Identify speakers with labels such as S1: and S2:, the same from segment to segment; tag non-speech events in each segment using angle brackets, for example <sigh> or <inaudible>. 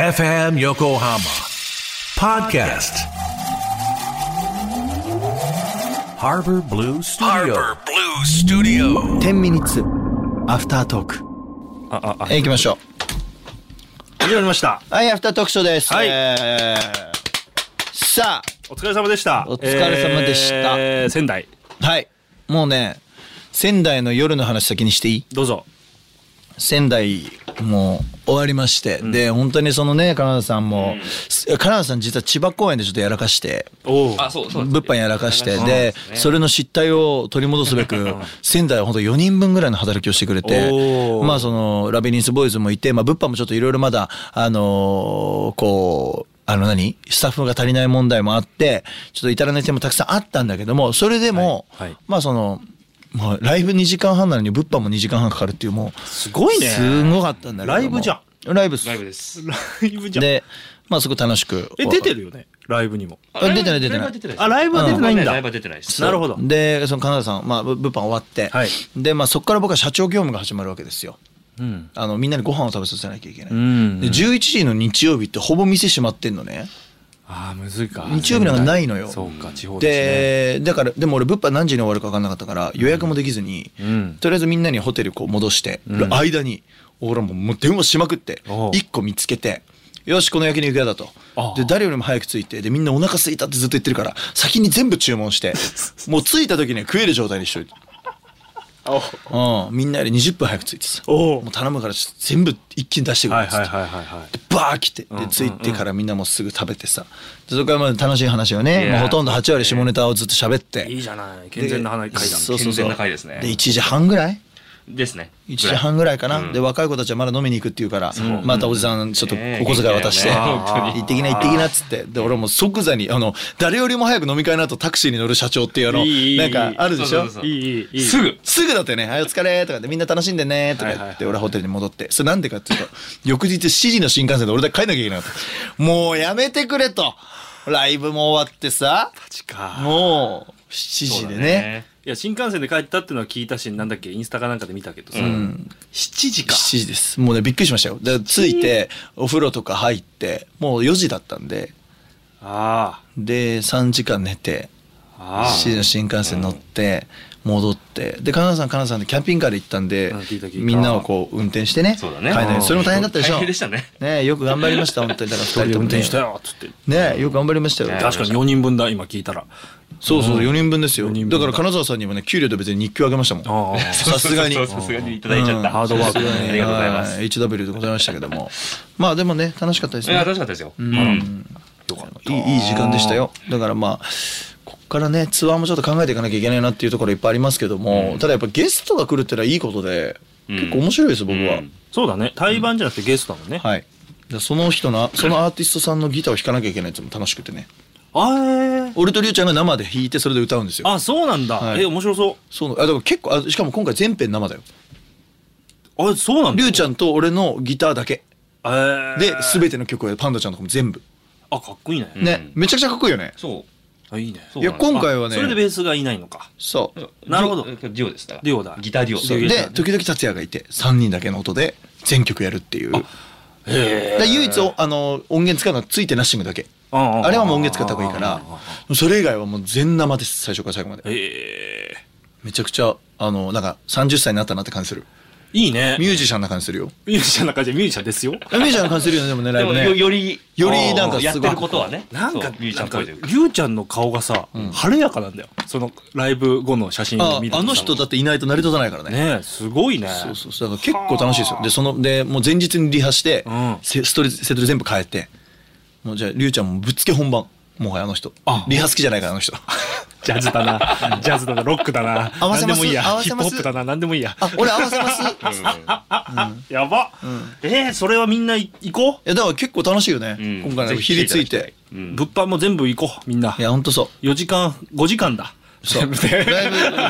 S1: FM Yokohama Podcast Harbor Blue Studio
S2: 10ミニッツアフタートークああ行きましょ
S3: 始まりました。
S2: うはいアフタートークショーです、
S3: はい
S2: えーさ
S3: お疲れ様でした。
S2: お疲れ様でした
S3: えー仙台、
S2: あはいもうね仙台の夜の話先にしていい
S3: どうぞ。
S2: 仙台もう終わりまして、で本当にそのね金田さんも、金田さん実は千葉公園でちょっとやらかして
S3: おお。
S4: あ、そうそう。
S2: 物販やらかしてで
S4: そうですね
S2: それの失態を取り戻すべく
S3: <laughs>
S2: 仙台は本当4人分ぐらいの働きをしてくれて
S3: おー
S2: まあそのラビリンスボーイズもいてまあ物販もちょっといろいろまだあのーこう。あの何スタッフが足りない問題もあってちょっと至らない点もたくさんあったんだけどもそれでも、
S3: はいはい
S2: まあその、まあ、ライブ2時間半なのに物販も2時間半かかるっていうもう
S3: すごいね
S2: すごかったんだけども
S3: ライブじゃ
S2: ライブっす
S4: ライブです。
S3: ライブじゃん。
S2: でまあすごい楽しく
S3: え、出てるよね。ライブにも。
S2: あ出てない出てない
S4: ライブは出てない。
S3: あ、ライブは出てないんだ。
S4: ライブは出てないです。
S3: なるほど。
S2: でその金田さん、まあ、ぶ物販終わって、
S3: はい
S2: でまあ、そこから僕は社長業務が始まるわけですよ
S3: うん。
S2: あのみんなにご飯を食べさせなきゃいけない、
S3: うん
S2: で11時の日曜日ってほぼ店閉まってんのね
S3: ああ、むずいか。
S2: 日曜日なんかないのよ
S3: そうか、地方で
S2: でだからでも俺物販何時に終わるか分かんなかったから予約もできずに、
S3: すね。うん。
S2: とりあえずみんなにホテルこう戻して、間に俺はもうもう電話しまくって
S3: おう
S2: 1個見つけてよしこの焼肉屋だと
S3: ああ
S2: で誰よりも早く着いてでみんなお腹空いたってずっと言ってるから先に全部注文して
S3: <laughs>
S2: もう着いた時には食える状態にしといて。うん、みんなより20分早く着いてさ
S3: おお
S2: もう。頼むからちょっと全部一気に出してくれ
S3: は
S2: っ
S3: い
S2: つって
S3: はいはいはいはい。
S2: でバー来てで着いてからみんなもうすぐ食べてさでそこからまあ楽しい話をね、まあ、ほとんど8割下ネタをずっと喋って
S3: いいじゃない。健全な花
S2: で
S3: 階段。
S2: そうそうそう
S4: 健全な回ですね
S2: で1時半ぐらい
S4: ですね。
S2: 1時半ぐらいかな、で若い子たちはまだ飲みに行くっていうからまたおじさんちょっとお小遣い渡して「
S4: ねえ
S2: <laughs> 行ってきな行ってきな」っつってで俺も即座にあの誰よりも早く飲み会の後タクシーに乗る社長っていうあの
S3: いいいい
S2: なんかあるでしょ
S4: そうそうそう
S3: いいいいいい。
S4: すぐ。
S2: すぐだったよね「はいお疲れ」とかで「みんな楽しんでね」とか
S3: はい
S2: 言
S3: は
S2: っ
S3: い
S2: て俺はホテルに戻ってそれなんでかっていうと翌日7時の新幹線で俺だけ帰んなきゃいけなかったもうやめてくれとライブも終わってさ
S3: ちか。
S2: もう7時でね。
S3: いや、新幹線で帰ったってのは聞いたし、なんだっけ、インスタかなんかで見たけどさ。7時か。
S2: 7時ですもうねびっくりしましたよで着いてお風呂とか入ってもう4時だったんで
S3: あ
S2: で3時間寝て
S3: あ。
S2: 7
S3: ああ。
S2: 時の新幹線乗って戻ってで金田さん金田さんでキャンピングカーで行ったんで
S3: うん聞いた聞いた
S2: みんなをこう運転してね
S4: そうだね
S2: 帰んないそれも大変だったでしょ
S4: 大変でしたね
S2: よく頑張りました本当にだから2人ともね
S3: 運転したよ、つって。
S2: ねよく頑張りましたよ
S4: ね
S3: 確かに4人分だ、今聞いたら。
S2: そうそう4人分ですよ
S3: 四人分
S2: だから金沢さんにもね給料と別に日給あげましたもん
S3: あ <laughs> あ。
S2: さすがに
S4: そうそうさすがにいただいちゃった。
S3: ハードワークだね
S4: ありがとうございます。
S2: はいい HW でございましたけどもまあでもね楽しかったです
S4: や、
S2: ね
S4: 楽しかったですよ。うん。
S2: いいいい時間でしたよだからまあこっからねツアーもちょっと考えていかなきゃいけないなっていうところいっぱいありますけども、ただやっぱゲストが来るってのはいいことで、
S4: うん
S2: 結構面白いです僕は、
S4: うん
S3: そうだね。対バンじゃなくてゲストだもんね。
S2: はいでその人のそのアーティストさんのギターを弾かなきゃいけないやつも楽しくてね
S3: あえー
S2: 俺とりゅうちゃんが生で弾いてそれで歌うんですよ
S3: あ、そうなんだ。
S2: はい
S3: え、面白そ
S2: そうあだから結構あしかも今回全編生だよ
S3: う。あ、そうなんだ
S2: りゅ。うちゃんと俺のギターだけ
S3: えー
S2: で全ての曲をパンダちゃんとかも全部
S3: あ、かっこいいね。
S2: ね、めちゃくちゃかっこいいよね
S4: そう。
S3: あ、いいね。
S4: そう
S2: いや今回は
S3: それで
S2: ね
S3: ベースがいないのか。
S2: そう
S3: なるほど
S4: デュオデュオです。だから
S3: デュオだ
S4: ギターデュオ。
S3: そういう
S2: で時々達也がいて3人だけの音で全曲やるっていう
S3: へ
S2: で唯一おあの音源使うのはついてナッシングだけ
S3: あ
S2: あれはもう音源使った方がいいからそれ以外はもう全生です最初から最後まで
S3: え
S2: めちゃくちゃあのなんか30歳になったなって感じする
S3: ーいいね。
S2: ミュージシャンな感じするよ
S3: ミュージシャンな感じでミュージシャンですよ。
S2: ミュージシャンな感じするよねでもねラ
S4: で
S2: イ
S4: も
S2: ブ
S4: よ
S2: ね
S4: より、
S2: よりなんか
S4: やっ
S2: すご
S4: て
S2: い
S4: ることはね。
S3: なんか、
S4: そうミュージシ
S3: な
S4: ャ
S3: ん
S4: ンっぽ
S3: か、
S4: いと
S3: り
S4: いうか
S3: ゅうちゃんの顔がさ、晴れやかなんだよ。その、ライブ後の写真
S2: あ
S3: を見ると
S2: あ
S3: さ
S2: の人だっていないと成り立たないからね
S3: ねえすごいね。
S2: そうそうそうだから結構楽しいですよでそのでもう前日にリハして、
S3: うん
S2: せストレセトル全部変えてもうじゃありゅうちゃんもぶっつけ本番もはやあの人
S3: あ
S2: リハ好きじゃないからあの
S4: <laughs>
S2: 人
S3: ジャズだな。ジャズだな。ロックだな。
S2: 合わせ
S3: 何で
S2: ます
S3: もいいや。
S2: 合わ
S3: ヒ
S2: せ
S3: ッ
S2: ま
S3: プホ
S2: す
S3: ップだな。何でもいいや。
S2: あ俺合わせますい
S3: やば。えー、それはみんない行こう。
S2: やだから結構楽しいよね、
S4: ん
S2: 今回の
S4: ぜひ
S2: ひりつい
S4: 来ていただ
S2: て。
S4: きうん
S3: 物販も全部行こう。みんない
S2: やほんとそう
S3: 4時間、5時間だ。
S2: そう。ライブ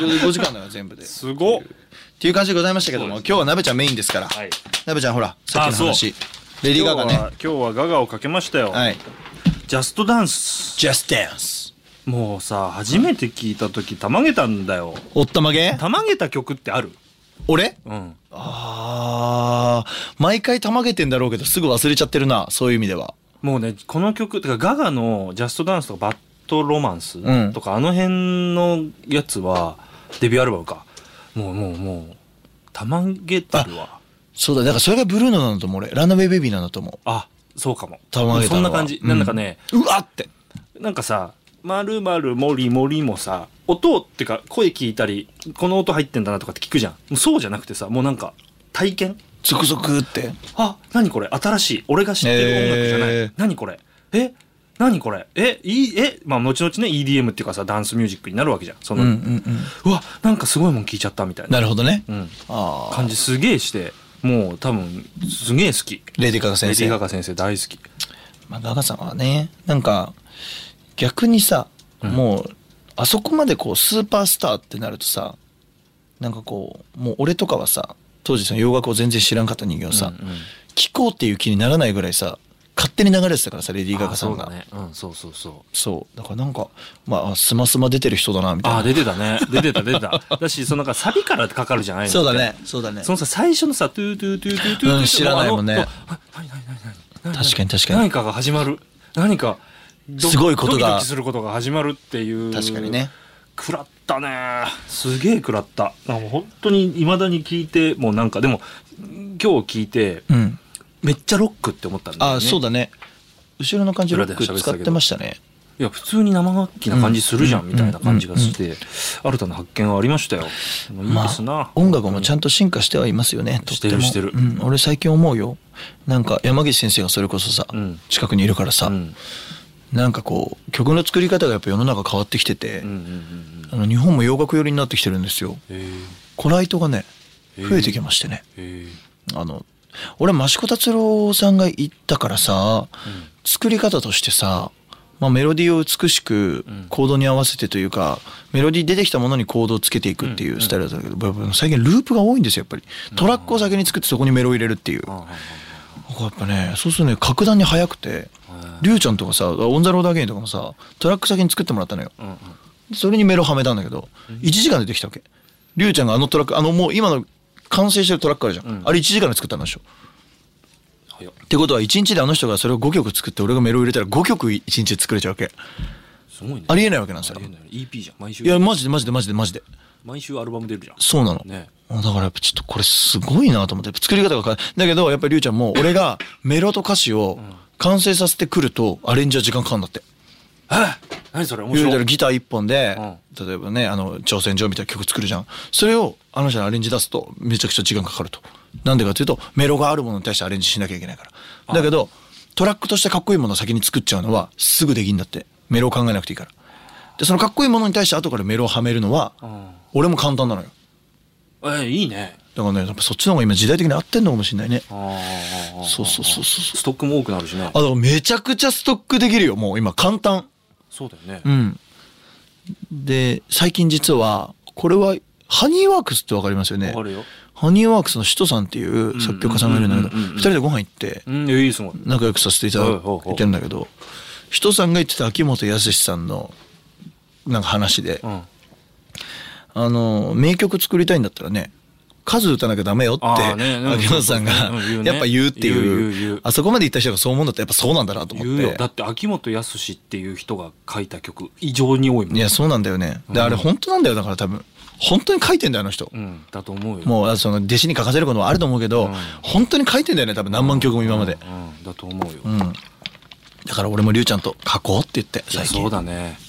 S2: 5時間だから全部で。っ
S3: すごっ。
S2: ていう感じでございましたけども、
S4: そ
S2: 今
S4: うです
S2: 日は鍋ちゃんメインですから。
S4: はい
S2: 鍋ちゃんほら、さっきの話
S3: あ。
S2: レディー・ガガね
S3: 今。日は今日はガガをかけましたよ。
S2: はい。
S3: ジャストダンス。
S2: Just Dance。
S3: もうさ、初めて聞いた時たまげたんだよ。
S2: おったまげ
S3: たまげた曲ってある
S2: 俺
S3: うん。
S2: ああ、毎回たまげてんだろうけど、すぐ忘れちゃってるな、そういう意味では。
S3: もうね、この曲、てかガガのジャストダンスとかバッドロマンス
S2: うん
S3: とか、あの辺のやつは、デビューアルバムか。もうもうもう、たまげてるわ。
S2: そうだ、だからそれがブルーノなんだと思う、俺。ランナウェイベビーなんだと思
S3: あ、そうかも。
S2: たまげた
S3: そん
S2: のは
S3: な感じ。
S2: うん
S3: なんだかね、
S2: う。うわって。
S3: なんかさ、まるまるもりもりもさ、音ってか声聞いたり、この音入ってんだなとかって聞くじゃん。もうそうじゃなくてさ、もうなんか体験
S2: ゾクゾクって。
S3: あ、何これ新しい。俺が知ってる音楽じゃない。
S2: へー
S3: 何これえ何これえいいえまあ後々ね EDM っていうかさダンスミュージックになるわけじゃんその、うわなんかすごいもん聞いちゃったみたいな
S2: なるほどね。
S3: うん、
S2: ああ。
S3: 感じすげえしてもう多分すげえ好き
S2: レディー・ガガ
S3: レ
S2: 先
S3: ディー・ガ
S2: 生。
S3: ガ先生大好き
S2: まあ、ガガさんはね、なんか、逆にさ、もう、あそこまでこう、スーパースターってなるとさ、なんかこう、もう俺とかはさ、当時その洋楽を全然知らんかった人間をさ、
S3: うんうん
S2: 聞こうっていう気にならないぐらいさ、勝手に流れてたからさ、レディー・ガガさん
S3: あ
S2: が
S3: そう。だねうんそうそうそう
S2: そう。だからなんか、まあ、スマスマ出てる人だな、みたい
S3: あ
S2: な。
S3: ー出てたね出てた出てただしそのなんかサビからかかるじゃない
S2: そうだね。そうだね。
S3: そのさ最初のさ「トゥートゥートゥートゥートゥー」
S2: うん知らないもんね
S3: あのあ何何何何何
S2: 確かに確かに
S3: 何かが始まる何かど
S2: すごいことが
S3: ドキドキすることが始まるっていう
S2: 確かにね
S3: 食らったねすげえ食らったなんかもう本当にいまだに聞いてもうなんかでも今日聞いて
S2: うん。
S3: めっちゃロックって思ったんだよ
S2: あ
S3: ね
S2: あ、そうだね。後ろの感じロッ
S3: 裏で喋って
S2: ク
S3: た
S2: 使
S3: けど
S2: ってましたね。
S3: いや普通に生楽器な感じするじゃ
S2: うん
S3: んみたいな感じがして新たな発見はありましたよもういいですな、
S2: 音楽もちゃ
S3: ん
S2: んと進化してはいますよね。とっても
S3: してるしてる
S2: うん。俺最近思うよ。なんか山岸先生がそれこそさ、
S3: うん
S2: 近くにいるからさ、
S3: うん
S2: なんかこう曲の作り方がやっぱ世の中変わってきてて、
S3: うんうんうんうん
S2: あの日本も洋楽寄りになってきてるんですよ。
S3: えー
S2: コライトがね
S3: へえ
S2: 増えてきましてね。
S3: え
S2: あの俺益子達郎さんが言ったからさ、作り方としてさ、まあ、メロディーを美しく
S3: ん
S2: コードに合わせてというか、メロディー出てきたものにコードをつけていくっていうスタイルだったけど、やっぱ最近ループが多いんですよやっぱりトラックを先に作ってそこにメロを入れるっていう、
S3: ー
S2: こ
S3: あー
S2: こやっぱねそうするとね格段に速くて
S3: へえ
S2: りゅうちゃんとかさオン・ザ・ロード・アゲインとかもさトラック先に作ってもらったのよ、
S3: うんうん
S2: それにメロはめたんだけど、1時間でできたわけ。りゅうちゃんがあのトラック、あのもう今の完成してるトラックあるじゃん。
S3: うん
S2: あれ1時間で作ったんでしょ。
S3: 早っ
S2: ってことは1日であの人がそれを5曲作って俺がメロを入れたら5曲1日で作れちゃうわけ。
S3: すごいね
S2: ありえないわけなんですよ
S3: ありえない EP じゃん毎週
S2: いや、マジでマジでマジでマジで。
S3: 毎週アルバム出るじゃん
S2: そうなの。
S3: ね
S2: だからやっぱちょっとこれすごいなと思って、作り方が変わだけどやっぱりりゅうちゃんも俺がメロと歌詞を完成させてくるとアレンジは時間かかるんだって。
S3: 何それ面
S2: 言うた
S3: 白
S2: ら
S3: い
S2: ギター一本で、例えばね、あの、挑戦状みたいな曲作るじゃん。それを、あの人にアレンジ出すと、めちゃくちゃ時間かかると。なんでかというと、メロがあるものに対してアレンジしなきゃいけないから。だけど、トラックとしてかっこいいものを先に作っちゃうのは、すぐできんだって。メロを考えなくていいから。で、そのかっこいいものに対して後からメロをはめるのは、俺も簡単なのよ。
S3: えいいね
S2: だからね、やっぱそっちの方が今時代的に合ってんのかもしれないね。
S3: ああ
S2: そうそうそうそう。
S3: ストックも多くなるしね
S2: あ、だからめちゃくちゃストックできるよ。もう今、簡単。
S3: そうだよね
S2: うん。で、最近実は、これは、ハニーワークスってわかりますよね
S3: わ。かるよ
S2: ハニーワークスのシトさんっていう作曲家さんがいるんだけど、
S3: うんうんうんうんうん
S2: 二人でご飯行って、
S3: うんいやいいすごい
S2: 仲良くさせていただ
S3: おいおうおう
S2: いてるんだけど、シトさんが言ってた秋元康さんの、なんか話で、
S3: うん
S2: あの、名曲作りたいんだったらね、数打たなきゃダメよって、
S3: あーねうん
S2: 秋元さんが
S3: そうそうそううん言う、ね
S2: やっぱ言うって
S3: 言う言う
S2: い
S3: 言
S2: う
S3: う、
S2: あそこまで言った人がそう思うんだったらやっぱそうなんだなと思
S3: 言
S2: っ
S3: う
S2: て。
S3: よだって秋元康っていう人が書いた曲異常に多いもん
S2: いや、そうなんだよね。で、あれ本当なんだよ、だから多分。本当に書いてんだよ、あの人
S3: う。んだと思うよ
S2: もう、あその、弟子に書かせることもあると思うけど、
S3: うん
S2: 本当に書いてんだよね、多分何万曲も今まで。
S3: うんうんだと思うよ
S2: うん。だから俺もりゅうちゃんと書こうって言って、
S3: いや
S2: 最近。
S3: そうだね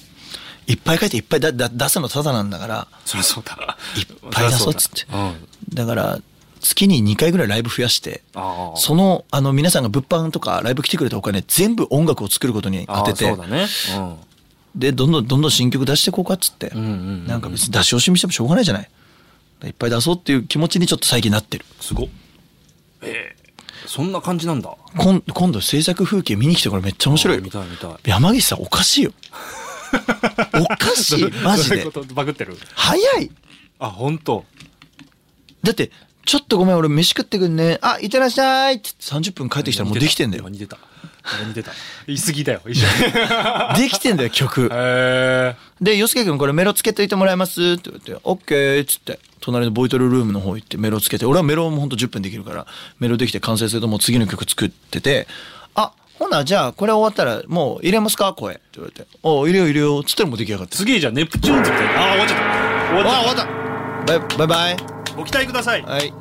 S2: いっぱい書いていっぱいだだ出すのただなんだから、
S3: そりゃそうだ
S2: いっぱい出そうっつって
S3: そりゃそうだうん
S2: だから、月に2回ぐらいライブ増やして、
S3: ああ
S2: その、あの、皆さんが物販とかライブ来てくれたお金全部音楽を作ることに当て
S3: あ
S2: て
S3: あそう、だねうん
S2: で、どんどんどんどん新曲出していこうかっつって、
S3: うんうんうん
S2: なんか別に出し惜しみしてもしょうがないじゃない。いっぱい出そうっていう気持ちにちょっと最近なってる。
S3: すごっええそんな感じなんだ
S2: 今今度制作風景見に来てこれめっちゃ面白い
S3: あ
S2: よ
S3: 見。たい見たい
S2: 山岸さんおか
S3: <laughs>
S2: しいよ。おかしい、マジ
S3: ど
S2: で
S3: ういう。ことバグってる
S2: 早い。
S3: あ本当
S2: だって、ちょっとごめん俺飯食ってくんねあいってらっしゃいって30分帰ってきたらもうできてんだよ
S3: 今似てた今似てた言い過ぎだよ一緒
S2: <laughs>
S3: に
S2: できて
S3: <laughs>
S2: んだよ曲
S3: へえ
S2: で「よすけ君これメロつけといてもらえます?」って言われて「オッケー」っつって隣のボイトルルームの方行ってメロつけて俺はメロもほんと10分できるからメロできて完成するともう次の曲作ってて「あほなじゃあこれ終わったらもう入れますか声」って言われて「お入れよう入れよう」っつったらもう出来上がって
S3: すげえじゃんネプチューンズみたいなあー終わっちゃった
S2: あ
S3: 終わっちゃっ
S2: 終わったバイバイバイ
S3: たご期待ください
S2: はい